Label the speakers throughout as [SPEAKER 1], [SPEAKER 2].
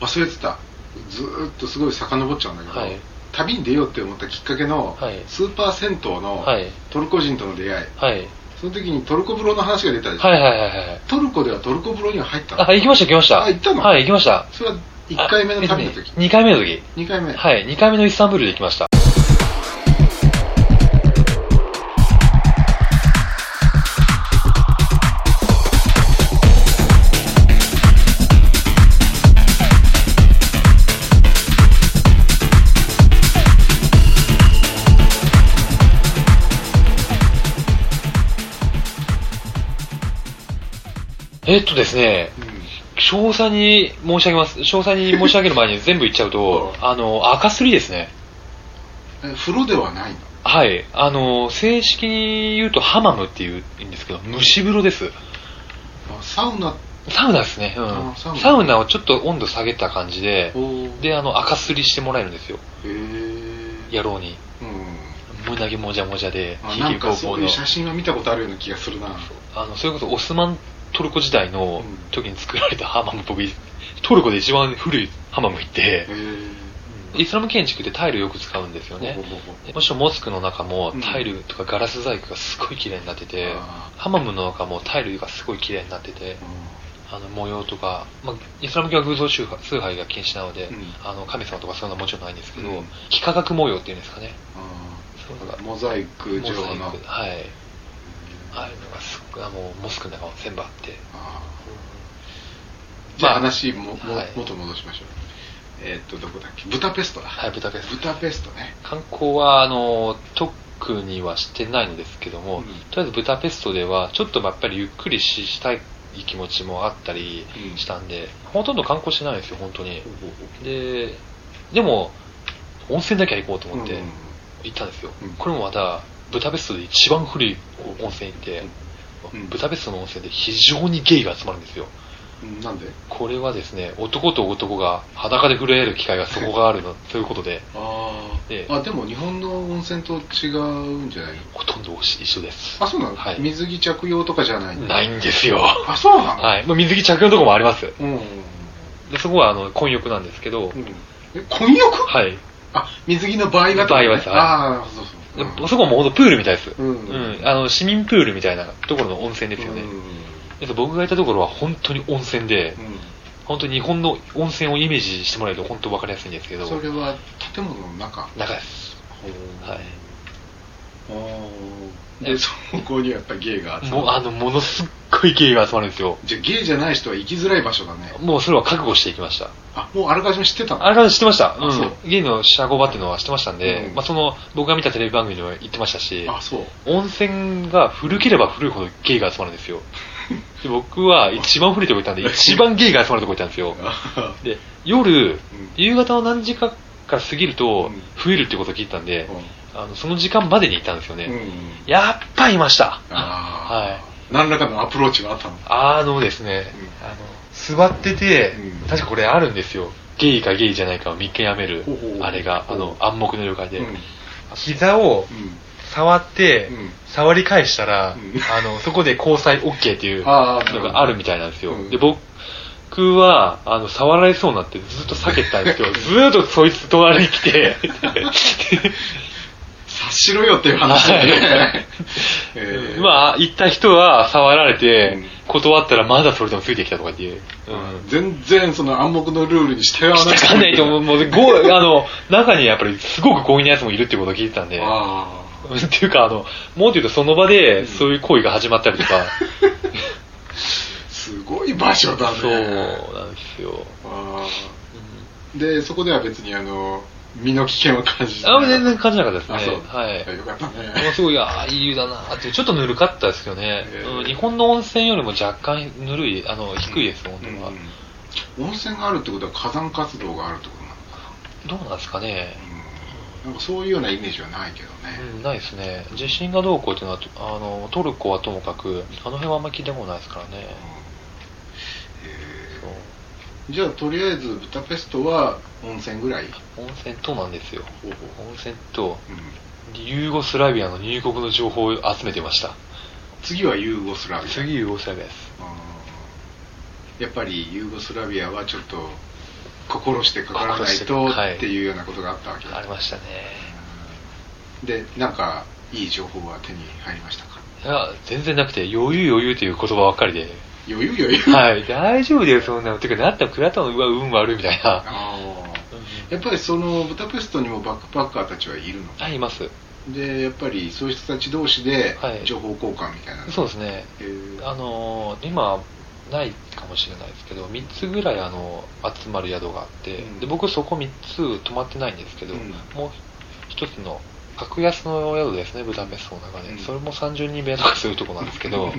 [SPEAKER 1] 忘れてたずーっとすごい遡っちゃうんだけど、
[SPEAKER 2] はい
[SPEAKER 1] 旅に出ようって思ったきっかけの、
[SPEAKER 2] はい
[SPEAKER 1] スーパー銭湯の
[SPEAKER 2] はい
[SPEAKER 1] トルコ人との出会い
[SPEAKER 2] はい
[SPEAKER 1] その時にトルコ風呂の話が出たでしょ、
[SPEAKER 2] はいはいはいはい
[SPEAKER 1] トルコではトルコ風呂には入ったの
[SPEAKER 2] あ行きました行きました
[SPEAKER 1] あ行ったの
[SPEAKER 2] はい行きました
[SPEAKER 1] それは1回目の旅の時、
[SPEAKER 2] 2回目の時
[SPEAKER 1] 2回目、
[SPEAKER 2] はい2回目のイスタンブールで行きましたえっとですね
[SPEAKER 1] うん
[SPEAKER 2] 詳細に申し上げます。詳細に申し上げる前に全部言っちゃう
[SPEAKER 1] 、
[SPEAKER 2] と
[SPEAKER 1] う
[SPEAKER 2] あの、赤すりですね。
[SPEAKER 1] え風呂ではないの
[SPEAKER 2] はい。あの、正式に言うとハマムっていうんですけど、蒸し風呂です。
[SPEAKER 1] あサウナ
[SPEAKER 2] サウナですね。う
[SPEAKER 1] あ
[SPEAKER 2] ん。
[SPEAKER 1] サウナ
[SPEAKER 2] サウナをちょっと温度下げた感じで、
[SPEAKER 1] へ
[SPEAKER 2] で、あの、赤すりしてもらえるんですよ。
[SPEAKER 1] え
[SPEAKER 2] 野郎に。
[SPEAKER 1] うん
[SPEAKER 2] 胸毛もじゃもじゃで、
[SPEAKER 1] あ
[SPEAKER 2] ひ
[SPEAKER 1] なん
[SPEAKER 2] げぼ
[SPEAKER 1] か
[SPEAKER 2] う
[SPEAKER 1] そ
[SPEAKER 2] ぼ
[SPEAKER 1] う
[SPEAKER 2] う
[SPEAKER 1] いう
[SPEAKER 2] の。
[SPEAKER 1] 写真は見たことあるような気がするな
[SPEAKER 2] あの、それこそオスマントルコ時代の
[SPEAKER 1] うん
[SPEAKER 2] 時に作られた ハマム、僕、トルコで一番古いハマム行って
[SPEAKER 1] へ、え
[SPEAKER 2] イスラム建築ってタイルよく使うんですよね。もしもモスクの中もタイルとかガラス細工がすごい綺麗になってて、
[SPEAKER 1] あ
[SPEAKER 2] ハマムの中もタイルがすごい綺麗になってて、
[SPEAKER 1] ー
[SPEAKER 2] あの模様とか、まあ、イスラム教は偶像崇拝崇拝が禁止なので、
[SPEAKER 1] うん
[SPEAKER 2] あの神様とかそういうのはもちろんないんですけど、
[SPEAKER 1] うん
[SPEAKER 2] 幾何学模様っていうんですかね。
[SPEAKER 1] あ
[SPEAKER 2] そういうのが
[SPEAKER 1] ー、モザイク状
[SPEAKER 2] モ
[SPEAKER 1] の
[SPEAKER 2] ザイクはい。ああいうのがすごく、あもうモスクの中も全部あって。
[SPEAKER 1] あーじゃあ
[SPEAKER 2] まあ
[SPEAKER 1] 話も、も
[SPEAKER 2] はい
[SPEAKER 1] 元戻しましょうえーっとどこだっけブタペストだ、
[SPEAKER 2] はい、ブタペスト
[SPEAKER 1] ブタペストね
[SPEAKER 2] 観光は、あの、特にはしてないんですけども、
[SPEAKER 1] うん
[SPEAKER 2] とりあえずブダペストでは、ちょっとやっぱりゆっくりししたい気持ちもあったり
[SPEAKER 1] うん
[SPEAKER 2] したんで、ほとんど観光してないんですよ、本当に。で、でも、温泉だけは行こうと思って
[SPEAKER 1] うん
[SPEAKER 2] 行ったんですよ。
[SPEAKER 1] うん
[SPEAKER 2] これもまた、ブダペストで一番古い温泉行って、
[SPEAKER 1] うん
[SPEAKER 2] ブダペストの温泉で非常にゲイが集まるんですよ。
[SPEAKER 1] うんなんで
[SPEAKER 2] これはですね、男と男が裸で触れ合える機会がそこが あるの、ということで、
[SPEAKER 1] あ
[SPEAKER 2] で
[SPEAKER 1] あでも日本の温泉と違うんじゃないの
[SPEAKER 2] ほとんど一緒です
[SPEAKER 1] あ。そうなの、
[SPEAKER 2] はい
[SPEAKER 1] 水着着用とかじゃないの
[SPEAKER 2] ないんですよ。
[SPEAKER 1] あそうなの、
[SPEAKER 2] はい。まあ、水着着用のとこもあります。
[SPEAKER 1] うんうん
[SPEAKER 2] で、そこは、あの、混浴なんですけど、
[SPEAKER 1] え混浴
[SPEAKER 2] はい。
[SPEAKER 1] あ水着の場合はってことね
[SPEAKER 2] 場合はさ
[SPEAKER 1] ああそう
[SPEAKER 2] で
[SPEAKER 1] そう
[SPEAKER 2] そこもほんとプールみたいです。
[SPEAKER 1] うん
[SPEAKER 2] うん。あの、市民プールみたいなところの温泉ですよね
[SPEAKER 1] うん。
[SPEAKER 2] で僕がいたところは本当に温泉で、本当に日本の温泉をイメージしてもらえると本当わかりやすいんですけ
[SPEAKER 1] う
[SPEAKER 2] ど
[SPEAKER 1] ん、それは建物の中
[SPEAKER 2] 中です。はい。
[SPEAKER 1] いでそこにはやっぱりゲイが集ま
[SPEAKER 2] もう、
[SPEAKER 1] る
[SPEAKER 2] あの、ものすっごい芸が集まるんですよ。
[SPEAKER 1] じゃあゲイじゃない人は行きづらい場所だね
[SPEAKER 2] もうそれは覚悟していきました。
[SPEAKER 1] あもうあらかじめ知ってたの
[SPEAKER 2] あれから知ってました。
[SPEAKER 1] あそう
[SPEAKER 2] うん。芸のシャゴバっていうのは知ってましたんで、
[SPEAKER 1] うん
[SPEAKER 2] まあその、僕が見たテレビ番組にも言ってましたし、
[SPEAKER 1] あそう
[SPEAKER 2] 温泉が古ければ古いほどゲイが集まるんですよ。で僕は一番古いとこ行 ったんで、一番ゲイが集まるとこ行ったんですよ。
[SPEAKER 1] あ
[SPEAKER 2] で、夜、
[SPEAKER 1] うん
[SPEAKER 2] 夕方の何時かから過ぎる
[SPEAKER 1] う
[SPEAKER 2] と
[SPEAKER 1] ん、
[SPEAKER 2] 増えるってことを聞いたんで、
[SPEAKER 1] う
[SPEAKER 2] あのその時間までに行ったんですよね。
[SPEAKER 1] んうん
[SPEAKER 2] やっぱいました。
[SPEAKER 1] あ
[SPEAKER 2] は
[SPEAKER 1] あ何らかのアプローチがあったの
[SPEAKER 2] い。あのですね、
[SPEAKER 1] う
[SPEAKER 2] あの座ってて、
[SPEAKER 1] うん
[SPEAKER 2] 確かこれあるんですよ。ゲイかゲイじゃないかを見極める
[SPEAKER 1] ほうほうほう、
[SPEAKER 2] あれが、あの暗黙の了解で。
[SPEAKER 1] うん
[SPEAKER 2] 膝を触って、
[SPEAKER 1] うん
[SPEAKER 2] 触り返したら、
[SPEAKER 1] うん
[SPEAKER 2] あの、そこで交際 OK っていうの
[SPEAKER 1] あー
[SPEAKER 2] があるみたいなんですよ。
[SPEAKER 1] うん
[SPEAKER 2] で、僕は、あの、触られそうになってずっと避けてたんですけ ど、ずーっとそいつ隣に来て、
[SPEAKER 1] 察しろよっていう話だよね えー
[SPEAKER 2] まあ、行った人は触られて、
[SPEAKER 1] うん
[SPEAKER 2] 断ったらまだそれでもついてきたとかっていう。うん。
[SPEAKER 1] 全然その暗黙のルールに従わない
[SPEAKER 2] わかんないと思う。もう、ご、あの、中にやっぱりすごく強引なやつもいるってことを聞いてたんで。
[SPEAKER 1] あ
[SPEAKER 2] うんっていうか、あの、もっと言うとその場で、そういう行為が始まったりとか。
[SPEAKER 1] あすごい場所だね
[SPEAKER 2] そうなんですよ。
[SPEAKER 1] あーでそこでは別にあの身の危険を感じて
[SPEAKER 2] あんま全然感じなかった
[SPEAKER 1] あ
[SPEAKER 2] です
[SPEAKER 1] そう
[SPEAKER 2] ね。はい。
[SPEAKER 1] よかったね
[SPEAKER 2] もうすごい、ああ、いい湯だなって、ちょっとぬるかったですけどね
[SPEAKER 1] へー。
[SPEAKER 2] うん日本の温泉よりも若干ぬるい、あの、低いです、温
[SPEAKER 1] うん
[SPEAKER 2] 度が。
[SPEAKER 1] 温泉があるってことは火山活動があるってことなのか
[SPEAKER 2] どうなんですかね。
[SPEAKER 1] ななんかそういうようなイメージはないけど
[SPEAKER 2] う
[SPEAKER 1] ね、
[SPEAKER 2] ん、ないですね。地震がどうこうっていうのは、あの、トルコはともかく、あの辺はあんま聞いたことないですからね。
[SPEAKER 1] へ
[SPEAKER 2] そう
[SPEAKER 1] ーじゃあとりあえずブダペストは温泉ぐらい
[SPEAKER 2] 温泉となんですよ。
[SPEAKER 1] ほうほ
[SPEAKER 2] 温泉と、
[SPEAKER 1] ううん
[SPEAKER 2] ユーゴスラビアの入国の情報を集めてました。
[SPEAKER 1] 次はユーゴスラビア
[SPEAKER 2] 次ユーゴスラビアです。
[SPEAKER 1] あーやっぱりユーゴスラビアはちょっと心してかからないと
[SPEAKER 2] 心してはい
[SPEAKER 1] っていうようなことがあったわけ、
[SPEAKER 2] ありましたね。
[SPEAKER 1] でなんかいい情報は手に入りましたか
[SPEAKER 2] いや、全然なくて、余裕余裕という言葉ばっか りで、
[SPEAKER 1] 余裕余裕
[SPEAKER 2] はい、大丈夫だよ、そんなの。てか、なったら倉田の、うわ、運悪いみたいな。
[SPEAKER 1] ああ
[SPEAKER 2] うん
[SPEAKER 1] やっぱりそのブダペストにもバックパッカーたちはいるの
[SPEAKER 2] あ、います。
[SPEAKER 1] でやっぱりそういう人たち同士で
[SPEAKER 2] はい
[SPEAKER 1] 情報交換みたいなの
[SPEAKER 2] そうですね。
[SPEAKER 1] へー
[SPEAKER 2] あのー今ないかもしれないですけど3つぐらいあの集まる宿があって、
[SPEAKER 1] うん
[SPEAKER 2] で僕そこ3つ泊まってないんですけど、
[SPEAKER 1] うん
[SPEAKER 2] もう一つの格安の宿ですねブダペストの中で、
[SPEAKER 1] うん
[SPEAKER 2] それも30人部屋とかするとこなんですけど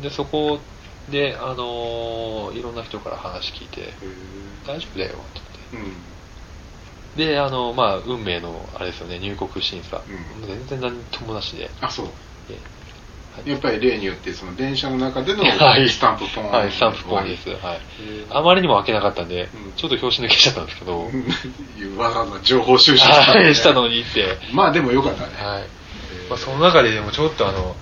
[SPEAKER 2] でそこで、あのーいろんな人から話聞いて
[SPEAKER 1] へ
[SPEAKER 2] 大丈夫だよと
[SPEAKER 1] ー
[SPEAKER 2] 思
[SPEAKER 1] うん
[SPEAKER 2] ってであのまあ運命のあれですよね入国審査、
[SPEAKER 1] うん
[SPEAKER 2] 全然何ともなしで、
[SPEAKER 1] あそう
[SPEAKER 2] ではい
[SPEAKER 1] やっぱり例によってその電車の中での
[SPEAKER 2] はい
[SPEAKER 1] スタンプポン、
[SPEAKER 2] はい、スタンプポーンです。はい。あまりにも開けなかったんで、
[SPEAKER 1] うん
[SPEAKER 2] ちょっと表紙抜けしちゃったんですけど、
[SPEAKER 1] う
[SPEAKER 2] は
[SPEAKER 1] んわざわざ情報収集したのね
[SPEAKER 2] い、したのにって。
[SPEAKER 1] まあでもよかったね、
[SPEAKER 2] はい。
[SPEAKER 1] えー
[SPEAKER 2] まあ、その中ででもちょっとあの、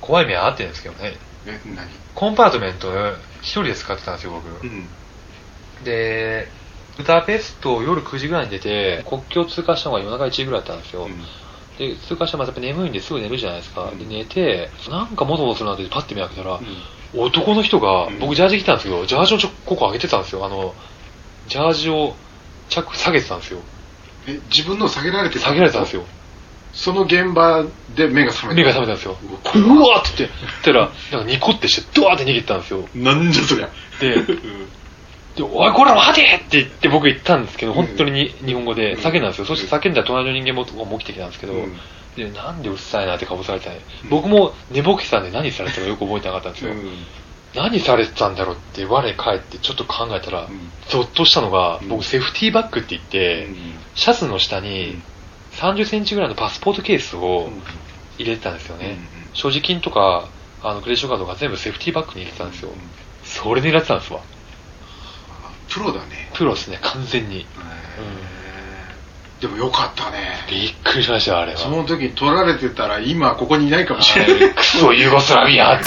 [SPEAKER 2] 怖い目あってるんですけどね。
[SPEAKER 1] え何
[SPEAKER 2] コンパートメント一人で使ってたんですよ、僕。
[SPEAKER 1] うん
[SPEAKER 2] で、ブダペストを夜9時ぐらいに出て、国境通過したのが夜中1時ぐらいだったんですよ。で、通過してまたやっぱ眠いんですぐ寝るじゃないですか。
[SPEAKER 1] うん
[SPEAKER 2] で、寝て、なんかもぞもぞするなってパッて目開けたら、
[SPEAKER 1] うん
[SPEAKER 2] 男の人が
[SPEAKER 1] うん
[SPEAKER 2] 僕ジャージ着たんですけどジャージのちょここ上げてたんですよあのジャージをチャック下げてたんですよ
[SPEAKER 1] え自分の下げられて
[SPEAKER 2] 下げられてたんですよ
[SPEAKER 1] その現場で目が覚めた
[SPEAKER 2] 目が覚めたんですよ
[SPEAKER 1] うわ
[SPEAKER 2] うわーって言って言ったらなんかニコってしてドワーって逃げてたんですよ
[SPEAKER 1] なんじゃそりゃ
[SPEAKER 2] ででおいこら待てって言って僕言ったんですけど
[SPEAKER 1] うん
[SPEAKER 2] 本当にに日本語で
[SPEAKER 1] うん
[SPEAKER 2] 叫んだんですよそして叫んだ隣の人間ももう起きてきたんですけど、
[SPEAKER 1] うん
[SPEAKER 2] でなんでうっさいなってかぶされたね
[SPEAKER 1] うん
[SPEAKER 2] 僕も寝ぼけてたんで何されてたかよく覚えてなかったんですよ、何されてたんだろうって我帰ってちょっと考えたら、
[SPEAKER 1] うん
[SPEAKER 2] ゾッとしたのが、
[SPEAKER 1] うん
[SPEAKER 2] 僕セーフティーバッグって言って、シャツの下に30センチぐらいのパスポートケースを入れてたんですよね、
[SPEAKER 1] うん
[SPEAKER 2] 所持金とかあのクレジットカードが全部セーフティーバッグに入れてたんですよ、
[SPEAKER 1] うん
[SPEAKER 2] それ狙ってたんですわ
[SPEAKER 1] プロだね
[SPEAKER 2] プロですね完全に
[SPEAKER 1] でもよかったね
[SPEAKER 2] びっくりしましたよあれは
[SPEAKER 1] その時に取られてたら今ここにいないかもしれない
[SPEAKER 2] はいクソユーゴスラビア